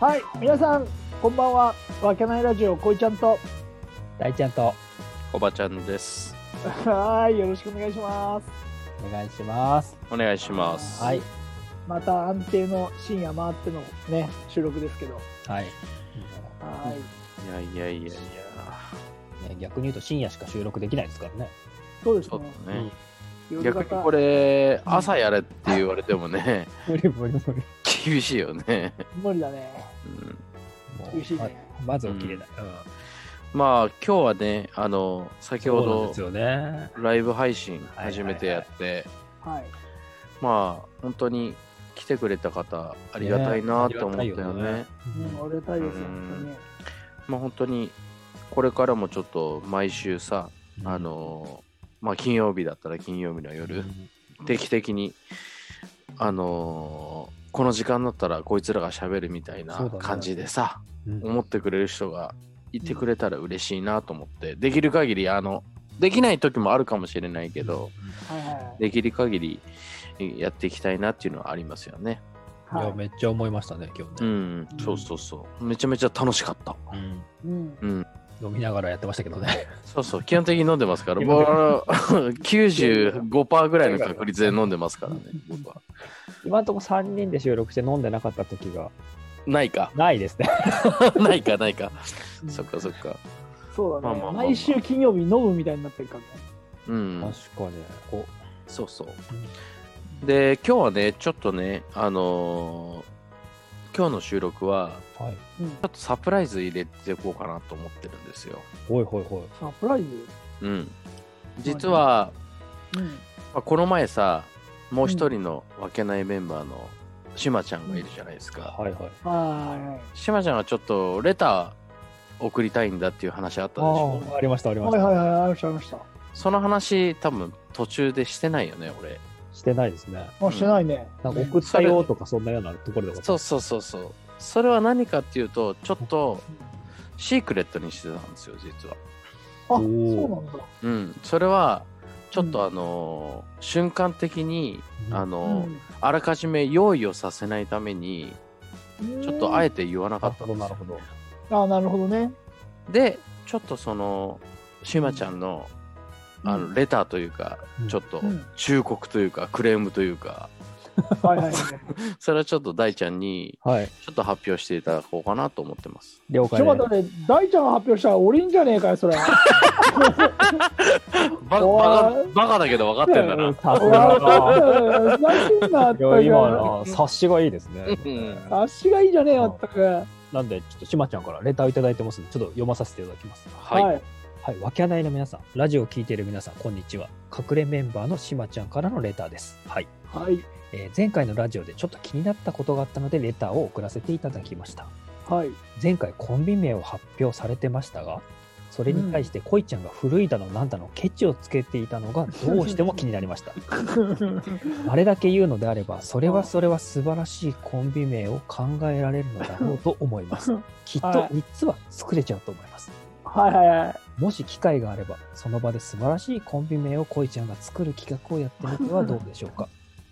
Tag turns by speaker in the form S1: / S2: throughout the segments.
S1: はい、皆さん、こんばんは。わけないラジオ、こいちゃんと。
S2: 大ちゃんと
S3: おばちゃんです。
S1: はーい、よろしくお願いします。
S2: お願いします。
S3: お願いします。
S2: はい。
S1: また安定の深夜回ってのね、収録ですけど。
S2: はい。も
S1: はーい。
S3: いやいやいやいや。
S2: うね、逆に言うと深夜しか収録できないですからね。
S1: そうです
S3: ちょっ
S1: ね。
S3: とね。
S1: 夜
S3: 逆に
S1: 型
S3: これ、朝やれって言われてもね、
S2: 無理無理無理。
S3: 厳しいよね。
S1: 無理だね。
S3: うん
S2: も
S1: 厳しいね
S2: ままず起きれない。うん
S3: まあ、今日はね、あの、先ほ
S2: そうなん
S3: ど
S2: ですよね。
S3: ライブ配信初めてやって、
S1: はい。
S3: まあ、本当に来てくれた方、ありがたいなと思った
S2: ありが
S3: よ
S2: たい
S3: ね。
S2: よね
S1: うん、ありがたいですよ、
S3: うん
S1: 本当にね。
S3: まあ、本当に、これからもちょっと毎週さ、あ、の、まあ、金曜日だったら金曜日の夜、定期的に、あのーこの時間だったらこいつらが喋るみたい
S2: そう
S3: な
S2: だね
S3: 感じでさ、
S2: うん
S3: 思ってくれる人がいてくれたら嬉しいなと思って、できる限り、あの、できない時もあるかもしれないけど、、
S1: はいはい
S3: できる限りやっていきたいなっていうのはありますよね。
S2: うんい
S1: はい。
S2: や、めっちゃ思いましたね、今日
S3: う
S2: ね。
S3: ん、そうそうそう。めちゃめちゃ楽しかった。
S2: うん
S1: うん。
S3: うん、
S2: 飲みながらやってましたけどね。
S3: そうそう、基本的に飲んでますから、
S2: 基
S3: 僕
S2: 本
S3: は95%ぐらいの確率で飲んでますからね、僕は。
S2: 今んとこ3人で収録して飲んでなかった時が
S3: ないか、
S2: ないですね。
S3: ないか、ないか。そっかそっか。
S1: そうだね、
S3: まあまあまあまあ
S1: 毎週金曜日飲むみたいになってるからね。
S3: うん。
S2: かに。こ
S3: そうそう。で、今日はね、ちょっとね、あのー今日の収録は、
S2: うはい。
S1: うん
S3: ちょ。っとサプライズ入れていこうかなと思ってるんですよ。
S2: ほいほいほ
S1: サプライズ
S3: うん。実は、
S1: うん。
S3: まあこの前さ、もう一人のわけないメンバーのしまちゃんがいるじゃないです
S2: い。
S3: か。
S2: はいは
S1: は
S2: い。
S1: いはい。
S3: しまちゃんはちょっとレター送りたいんだっていう話あったでしょ。
S2: ああ、ありました、ありま
S1: は
S2: し
S1: い
S2: た。
S1: はいはい、ありました、ありました。
S3: その話、多分途中でしてないよね、俺。
S2: してないですね。
S1: あ、してないね。
S2: なんか送ったよとか、そんなようなところでござい
S3: そ
S2: ま
S3: うそうそうそう。それは何かっていうと、ちょっとシークレットにしてたんですよ、実は。
S1: あ、そ
S2: おー
S1: うなんだ。
S3: うん、それはちょっ
S1: うん
S3: とあのー瞬間的に、
S2: うん
S3: あのー
S1: うん
S3: あらかじめ用意をさせないためにちょっとあえて言わなかったんです
S2: なる
S3: よ。
S2: ほど。なる
S1: あなるほどね。
S3: でちょっとそのシマちゃんのあのレターというか、
S2: うん
S3: ちょっと
S1: うん
S3: 忠告というかクレームというか
S1: はいはいはい。
S3: それはちょっと大ちゃんに
S2: ほどはい。
S3: ちょっと発表していただこうかなと思ってます。
S2: 了
S1: ちょ
S2: 解
S1: っ
S2: で
S1: と
S2: す。
S1: 待ってね、大ちゃんが発表したら俺んじゃねえかよ、それ。
S3: バ
S1: お
S3: バ
S1: ー
S3: カバカだけど分かってんだ
S2: う。
S3: な ん
S2: さす
S1: お前
S2: がだ
S1: ふざけんなっ
S2: い
S1: た
S2: や今
S1: よ
S2: の。察しがいいですね
S3: うん。
S1: 足がいいじゃねえよ、まったく。は
S2: なんで、ちょっとしまちゃんからレターをいただいてますんで、ちょっと読まさせていただきます。
S3: はい。
S1: い。
S2: はい、わけないの皆さん、ラジオを聞いている皆さん、こんにちは。隠れメンバーのしまちゃんからのレターです。はい、
S1: はい。
S2: えー前回のラジオでちょっと気になったことがあったので、レターを送らせていただきました。
S1: はい。
S2: 前回コンビ名を発表されてましたが、それに対して恋ちゃんが古いだのなんだのケチをつけていたのがどうしても気になりました。あれだけ言うのであれば、それはそれは素晴らしいコンビ名を考えられるのだろうと思い ます。きっと
S1: はい
S2: 3つは作れちゃうと思います。
S1: はいはいはい。
S2: もし機会があれば、その場で素晴らしいコンビ名を恋ちゃんが作る企画をやってみてはどうでしょうか。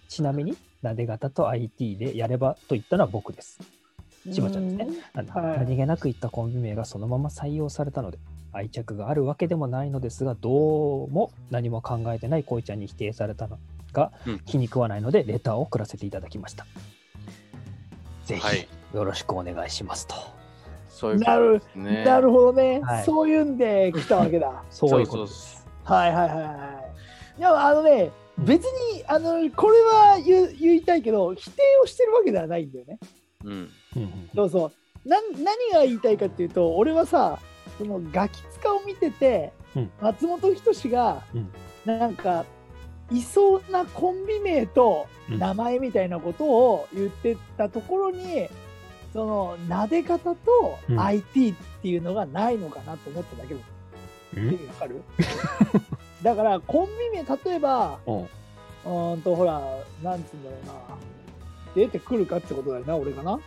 S2: ちなみに、なで型と IT でやればと言ったのは僕です。しばちゃんですねあの
S1: はい
S2: 何気なく言ったコンビ名がそのまま採用されたので愛着があるわけでもないのですがどうも何も考えてない恋ちゃんに否定されたのが
S3: うん
S2: 気に食わないのでレターを送らせていただきました、ぜ
S3: は
S2: ひ
S3: い
S2: よろしくお願いしますと
S3: そういうことです
S1: うん
S3: ね。
S1: なるほどね
S2: は。い
S1: そういうんで来たわけだ。
S2: そういうことです
S3: す。
S1: はいはいはいはい。いや、あのね、別に、あの、これは言う言いたいけど、否定をしてるわけではないんだよね。
S3: うん。
S2: うんうん
S1: そうそうな何が言いたいかっていうと俺はさそのガキ使を見てて、
S2: うん
S1: 松本人志が、
S2: うん
S1: なんかいそうなコンビ名と
S2: うん
S1: 名前みたいなことを言ってたところに、そのなで方と
S2: うん
S1: IT っていうのがないのかなと思っただけだ
S2: うん
S1: わか るだからコンビ名例えば
S2: うん
S1: うーんとほらなんつうんだろうな出てくるかってことだよな俺かな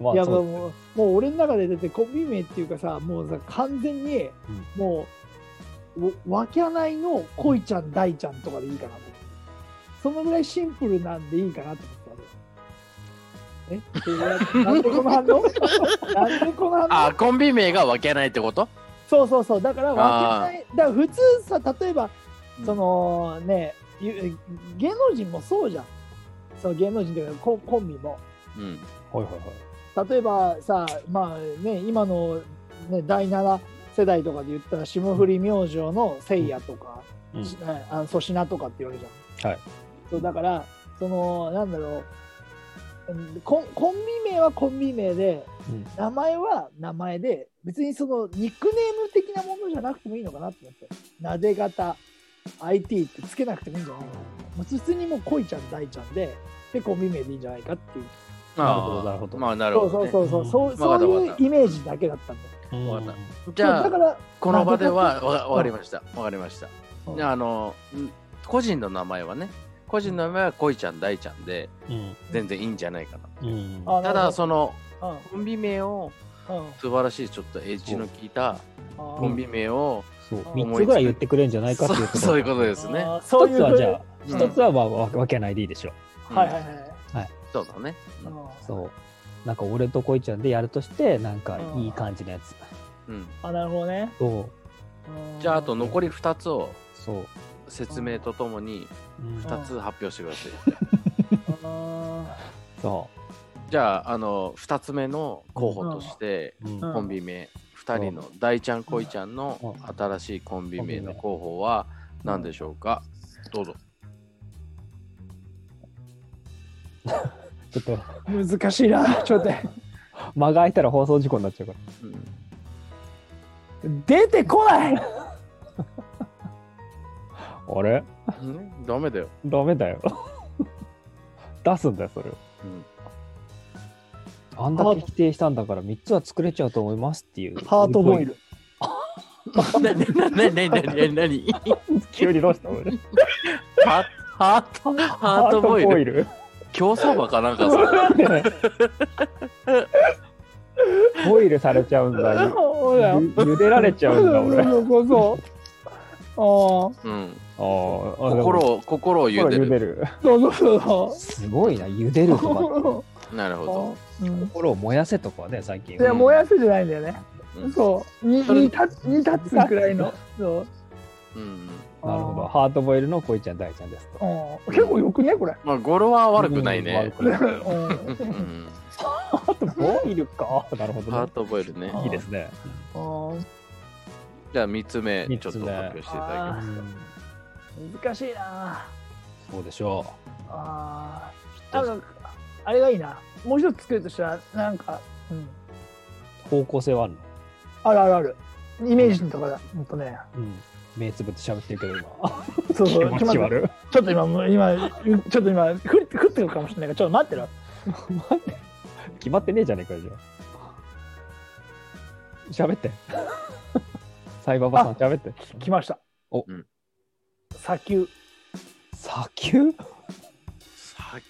S2: まあ
S1: いや
S2: そ
S1: も
S2: う
S1: うもうもう俺の中でだってコンビ名っていうかさもうさ完全に
S2: うん
S1: もう「わきゃない」の「恋ちゃん大ちゃん」とかでいいかなと思ってそのぐらいシンプルなんでいいかなと思ってたわえなんでこの反 応なんでこの反応
S3: あコンビ名が分けないってこと
S1: そうそうそうだから分けないだから普通さ例えば
S3: うん
S1: そのねゆ芸能人もそうじゃんその芸能人というかココンビも
S3: うん
S2: はいはいはい。
S1: 例えばさまあね今の、ね、第7世代とかで言ったら霜降り明星のせいやとか
S2: うん
S1: しあ粗品とかっていうわけじゃん。
S2: はい
S1: そうだからそのなんだろううんコンコンビ名はコンビ名で
S2: うん
S1: 名前は名前で別にそのニックネーム的なものじゃなくてもいいのかなって思ってなで型 IT ってつけなくてもいいんじゃないかなもう普通にもう恋ちゃん大ちゃんででコンビ名でいいんじゃないかっていう
S2: なるほどなるほど
S3: まあなる
S1: そ
S3: ほ
S1: う
S3: ど、
S1: そう
S3: ね、
S1: そうそう、そう
S3: まあ
S1: そう
S3: わ
S1: い
S3: か
S1: う
S3: った
S1: イメージだけだったんだよ。
S3: わかっじ
S1: そう
S3: ゃ
S1: だ
S3: あ
S1: から
S3: この場で
S1: な
S3: は
S1: ぜかって
S3: わわかりましたわかりました
S1: うん
S3: じゃああのん個人の名前はね個人の名前は恋ちゃん大ちゃんで
S2: うん
S3: 全然いいんじゃないかな
S2: うん
S1: あなるほ
S3: ただ
S1: ど
S3: その
S1: うん
S3: コンビ名を
S1: うん
S3: 素晴らしいちょっとエッジの効いた
S1: コ
S3: コンビ名を
S2: そう
S1: あー
S2: 3つぐらい言ってくれるんじゃないかっていうところ
S3: そうそういうことですね
S1: そう
S2: 一
S1: い
S2: つ
S1: う
S2: はじゃあ
S3: うん
S2: 一つはまあわ分けないでいいでしょ
S3: うん
S1: はいはいはい。
S3: そうだね
S1: う
S3: うん
S2: そうなんか俺とこいちゃんでやるとしてなんかいい感じのやつ
S3: うん
S1: あ、なるほどね。
S2: そう
S1: うん
S3: じゃああと残り2つを
S2: そう、
S3: 説明とともに
S2: うん
S3: 2つ発表してく ださい
S1: うん
S2: そ
S3: じゃああの2つ目の候補として
S2: う、うん
S1: うん
S3: コンビ名2人の大ちゃん恋ちゃんの新しいコンビ名の候補は何でしょうかどうぞ
S2: ちょっと
S1: 難しいな。ちょっと待って
S2: 間が空いたら放送事故になっちゃうから
S3: うん
S1: 出てこない。
S2: あれ
S3: うんダメだよ
S2: ダメだよ 出すんだよそれを
S3: うん
S2: あんだけ否定したんだから3つは作れちゃうと思いますっていう
S1: ハートボイル。
S3: なになになになになに
S2: 急にどうした俺
S3: ハハートハートボイル
S2: ル
S3: 競走馬かなんか
S2: それ
S3: さ
S2: なんでねボイルされちゃうんだよ
S1: そうだよ。
S2: ゆ茹でられちゃうんだ俺あ
S1: そうそうそ う。あ
S3: うん
S2: ーあでも
S3: 心を心を
S2: 心
S3: 茹
S2: を
S3: で
S2: 茹
S3: る
S2: でる
S1: あ、そうそうそうそ
S2: すごいな茹でるとか
S1: う。
S3: なるほど
S1: うん
S2: 心を燃やせとかはね最近
S1: いや、燃やすじゃないんだよね。
S3: うん
S1: そう。に
S3: それ
S1: にたに立つくらいの。そう。
S3: うん
S2: なるほど。ハートボイルのこいちゃん大ちゃんですと
S1: うん結構よくね、これ。
S3: まあ語呂は悪くない
S2: うん悪
S3: ね
S2: くない
S1: うん
S3: うん
S2: ハートボイルか なるほ
S3: ハ
S2: ど
S3: ー
S2: ね
S3: トボイルね
S1: あー
S2: いいですね
S1: うん
S3: じゃあ3つ目
S2: 三
S3: ちょっ
S2: つ
S3: と
S2: 目
S3: 発表していただき
S2: う
S3: ます
S2: ん
S1: 難しいな
S2: そうでしょ
S1: あー
S3: どう
S1: なんかあれがいいなもう一つ作るとしたらなんか、うん、
S2: う方向性はあるの
S1: あるあるあるイメージとかだほんとね
S2: うん目つぶって喋ってるけど今
S1: そうそうちょっと
S2: 気持
S1: 待
S2: ち
S1: って
S2: 悪い
S1: ちょっと今もう今うちょっと今ふり降ってくるかもしれないからちょっと待ってろ
S2: 決まってねえじゃねえかよじゃあ喋ってサイバーバさん喋って
S1: 来ました
S2: お
S3: うん
S1: 砂丘
S2: 砂丘
S3: 砂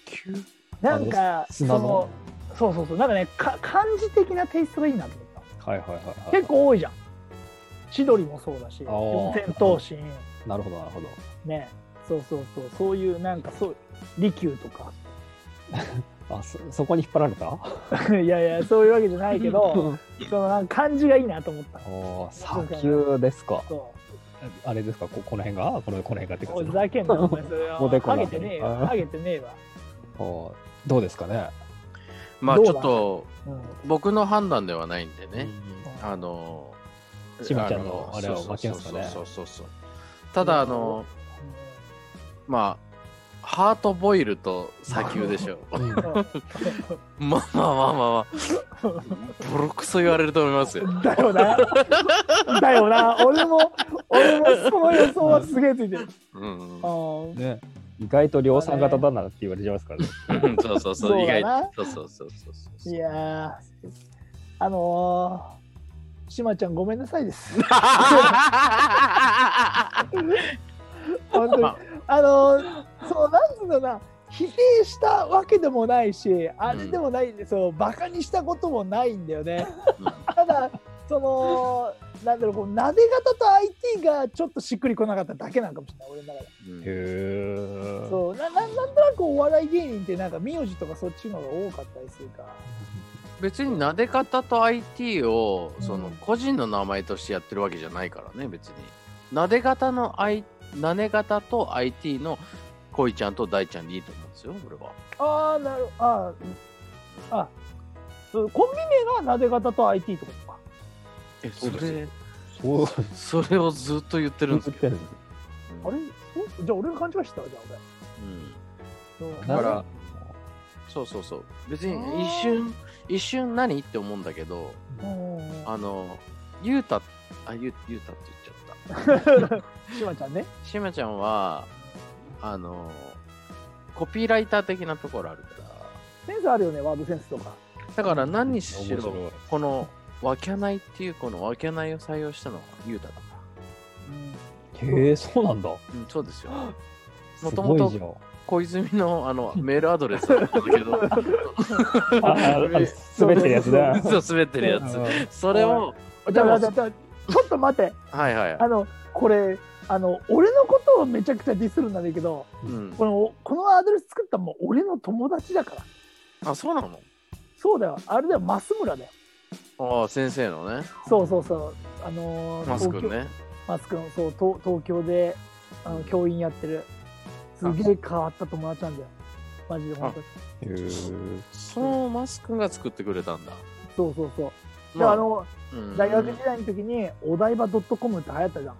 S3: 丘
S1: なんかそ
S2: 砂の
S1: のそうそうそうなんかねか漢字的なテイストがいいなと思っ
S2: はいはいはいは
S1: た
S2: い
S1: 結構多いじゃん千鳥もそうだし
S2: あー
S1: 戦闘シーン
S2: なるほどなるほど
S1: ねそうそうそうそういうなんかそう利休とか
S2: あそそこに引っ張られた
S1: いやいやそういうわけじゃないけど
S2: お
S1: そのなんか感じがいいなと思った
S2: おー砂丘ですか
S1: そ
S2: あれですかここの辺がこのこの辺がって
S1: うおいふ
S2: 感
S1: ざけんなお前そ れは
S2: おでこ
S1: ハ
S2: の
S1: ゲ
S2: 辺
S1: てねえ
S2: あー
S1: わハゲてねえわ、
S2: じおーどうですかね
S3: まあ
S1: どう
S3: ち
S1: だ
S3: ょっと
S1: うん
S3: 僕の判断ではないんでね、
S1: あ
S3: あの
S2: しみちゃんのあれを
S3: そう
S2: 待ち
S3: そう
S2: ますかね
S3: そうそうそうそうただあのまあハートボイルと砂丘でしょ
S2: うん
S1: うん
S3: まあまあまあまあまあボロクソ言われると思いますよ
S1: だよな だよな俺も俺もその予想はすげえついてる
S3: うん
S1: あー
S2: ね意外と量産型だなって言われちゃいますからね
S3: うん そうそうそう
S1: そう
S3: 意
S1: だ
S3: 外
S1: な
S3: とそうそうそうそう
S1: い やーあのー、しまちゃんごめんなさいです本当に
S3: ま
S1: あのそうなんつうのかな否定したわけでもないしあれでもないんで、そうバカにしたこともないんだよねただそのなんだろうこうなで方と IT がちょっとしっくりこなかっただけなんかもしれない俺の中で
S3: うんうん
S2: へえ
S1: そうなななんとなくくお笑い芸人ってなんか名字とかそっちの方が多かったりするから
S3: 別になで方と IT を
S1: うん
S3: その個人の名前としてやってるわけじゃないからね別になで方の I なで方と IT の恋ちゃんと大ちゃんでいいと思うんですよ俺は
S1: ああなるあーあそうコンビ名がなで方と IT ってことか
S3: え
S4: そ
S3: それ
S4: れそう
S3: それをずっと言ってるんですけど、
S1: あれそうじゃあ俺が勘違いしてたわじゃあ
S3: うん、
S1: 俺そう
S3: だか
S4: な
S3: らそうそうそう別に
S1: あー
S3: 一瞬一瞬何って思うんだけど
S1: うん
S3: あのゆうたあゆゆうたって言っちゃった
S1: しまちゃんね
S3: しまちゃんはあのコピーライター的なところあるから
S1: センスあるよねワードセンスとか
S3: だから何にし
S4: 面白
S3: ろ
S4: い
S3: このわきゃないっていうこのわきゃないを採用したのはゆうただか
S2: へえ、そうなんだ。
S3: ら、うん、そうですよ
S2: す
S3: もとも
S2: ごいじ
S3: と
S2: ゃん。
S3: 小泉のあ のメールアドレスだったんだけ ど
S2: あ、 ああ滑ってるやつだ。
S3: 嘘 滑ってるやつ それを
S1: だから
S3: で
S1: だ
S3: も
S1: からちょっと待って
S3: はいはい
S1: あのこれあの俺のことをめちゃくちゃディスるんだけど
S3: うん
S1: このこのアドレス作ったのも俺の友達だから
S3: あそうなの
S1: そうだよあれだよ増村だよ
S3: ああ先生のね
S1: そうそうそうあのー
S3: マスク
S1: 東京
S3: ね
S1: マスクのそう東東京であの教員やってるすげえ変わった友達なんだよマジで本当に
S4: へー
S3: そのマスクが作ってくれたんだ
S1: そうそうそうで、
S3: ま
S1: あ、の
S3: うん
S1: 大学時代の時にお台場 .com って流行ったじゃん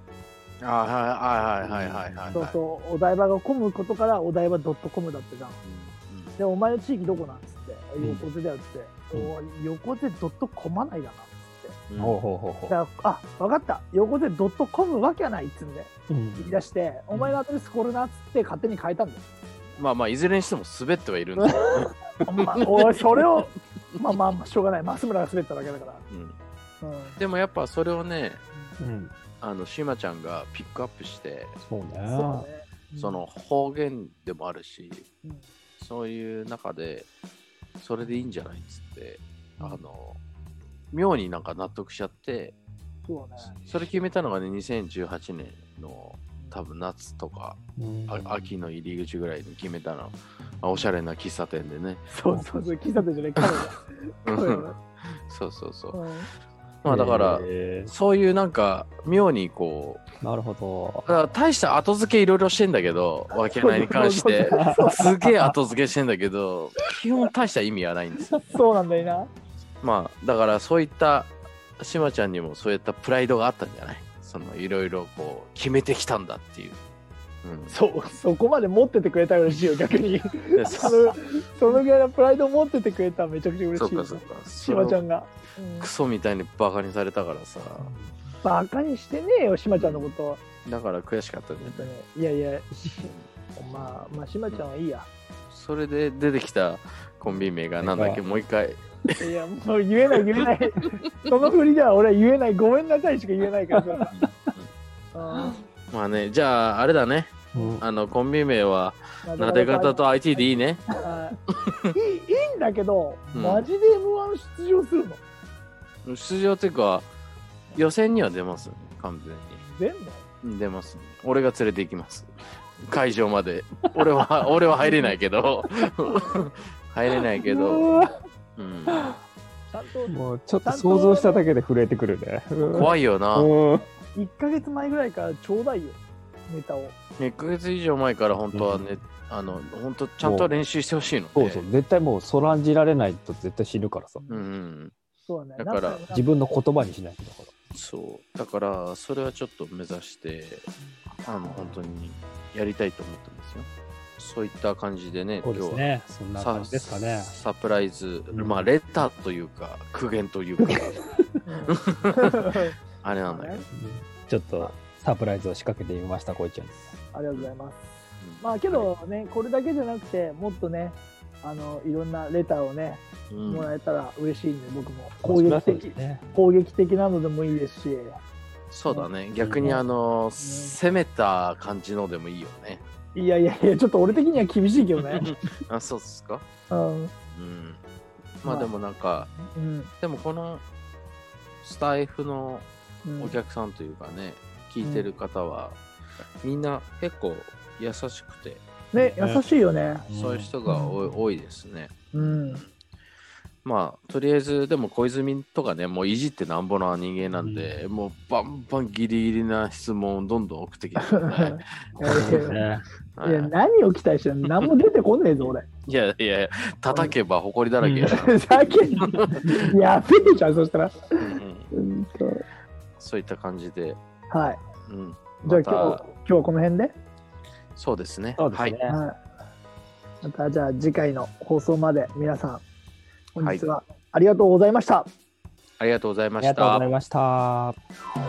S3: あはいはいはいはいはいはい
S1: そうそうお台場が混むことからお台場 .com だったじゃん
S3: うんうん
S1: でお前の地域どこなんつって
S2: ん
S1: 横手だよっつって、
S2: うん
S1: おい横手ドットコまないだなっつって
S3: うん
S2: ほうほうほうほ
S1: だからあ分かった横手ドットコむわけはないっつうんで
S2: う。う
S1: 言い
S2: ん
S1: 出して、お前のアドレスこれなっつって勝手に変えたん だよ、
S3: まあまあいずれにしても滑ってはいるんだけど ね
S1: まあ、おいそれをまあまあまあしょうがない増村が滑っただけだから、
S3: うん
S1: うん、
S3: でもやっぱそれをね
S2: うん。
S3: あのシマちゃんがピックアップして
S2: そうね。
S1: そうだねうん
S3: その方言でもあるし
S1: うん
S3: そういう中でそれでいいんじゃないっつってあの妙になんか納得しちゃって
S1: そうね
S3: それ決めたのがね2018年の多分夏とか
S2: うん
S3: あ秋の入り口ぐらいに決めたのあおしゃれな喫茶店でね
S1: そうそうそう喫茶店じゃねえカメ
S3: う
S1: ラカメラ
S3: ん
S1: だ
S3: そうそうそう
S1: うん
S3: まあだから
S2: へー
S3: そういうなんか妙にこう
S2: なるほど。
S3: だから大した後付けいろいろしてんだけど、わけないに関して、すげえ後付けしてんだけど、基本大した意味はないんですよ。
S1: そうなんだよな
S3: まあ、だからそういった、しまちゃんにもそういったプライドがあったんじゃないそのいろいろこう、決めてきたんだっていう。う
S1: そうそこまで持っててくれたら嬉しいよ逆 に
S3: ん。で
S1: そ
S3: そ
S1: のそのぐらいのプライドを持っててくれたらめちゃくちゃ嬉
S3: そう
S1: しいよ
S3: かそうか。
S1: しまちゃんが、
S3: クソみたいにバカにされたからさ、
S1: バカにしてねえよしまちゃんのこと
S3: だから悔しかったん
S1: 本
S3: だ
S1: 当
S3: よね。
S1: にいやいやしまあまあしまちゃんはいいや
S3: それで出てきたコンビ名がなんだっけ、もう一回。
S1: いやもう言えない言え ないその振りでは俺は言えないごめんなさいしか言えないから さあ
S3: まあね、じゃああれだね、
S2: うん
S3: あのコンビ名は、
S1: ー
S3: なで方と IT でいいね。
S1: あーいいいいんだけど
S3: うん
S1: マジで m 1出場するの
S3: 出場っていうか予選には出ますよね完全に
S1: 全部
S3: うん出ますね俺が連れて行きます会場まで俺は 俺は入れないけど 入れないけど、
S1: うわ
S3: うん、
S1: ちゃんと
S2: もうちょっと想像しただけで震えてくるね。
S3: 怖いよな
S2: うん
S1: 1か月前ぐらいからちょうだいよネタを
S3: 1ヶ月以上前から本当はね、あの本当ちゃんと練習してほしいの
S2: そ
S3: で
S2: うそう、絶対もうそらんじられないと絶対死ぬからさ。
S3: うんうん、
S1: そうだね
S3: だから
S1: なん
S2: 自分の言葉にしないとだか
S3: そうだからそれはちょっと目指してあの本当にやりたいと思ってますよそういった感じでね
S2: ら。そうです
S3: 今日は
S2: ね。そんな
S3: さ
S2: 感じですかね。
S3: サプライズ、
S2: うん
S3: まあレターというか苦言とい うか
S1: うん
S3: あれ なんだけど、
S2: ちょっとサプライズを仕掛けてみました、こいちゃんです。
S1: ありがとうございます。
S3: うん
S1: まあけ、どね、これだけじゃなくて、もっとね、あのいろんなレターをね、
S3: うん
S1: もらえたら嬉しいんで、僕も攻撃
S2: そうで
S1: 的
S2: す、ね。
S1: 攻撃的なのでもいいですし、
S3: そうだね逆にあの攻めた感じのでもいいよね
S1: いやいやいや、ちょっと俺的には厳しいけど ね。
S3: あそうっすか
S1: うん、
S3: うん
S1: ま
S3: ま
S1: あ
S3: あでもなんか
S1: うん、
S3: でもこのスタイフの
S1: うん
S3: お客さんというかね、聞いてる方はみんな結構優しくて
S1: ね、優しいよね。
S3: そういう人が多い多いですね。
S1: うん。
S3: まあ、とりあえず、でも小泉とかね、もういじってなんぼの人間なんで、もうバンバンギリギリな質問をどんどん送ってきて、 はい
S1: いや
S2: ね
S1: いや、何を期待してんの何も出てこねえぞ、俺。
S3: いやいやいや、叩けば誇りだらけやな、
S1: ふざけんな やべえじゃん、そしたら。
S3: うんうん
S1: うんと
S3: そういった感じで、
S1: はい。
S3: うん、
S1: じゃあ今
S3: ま
S1: 日、
S3: た
S1: 今日はこの辺で。
S3: そうですね。
S2: そうです
S3: は
S2: ね
S3: い。。
S1: はい。また、じゃあ次回の放送まで皆さん、本日はありがとうございました。
S3: ありがとうござい
S2: あ
S3: ま
S2: り
S3: し
S2: がとうご
S3: た
S2: ざい。ました。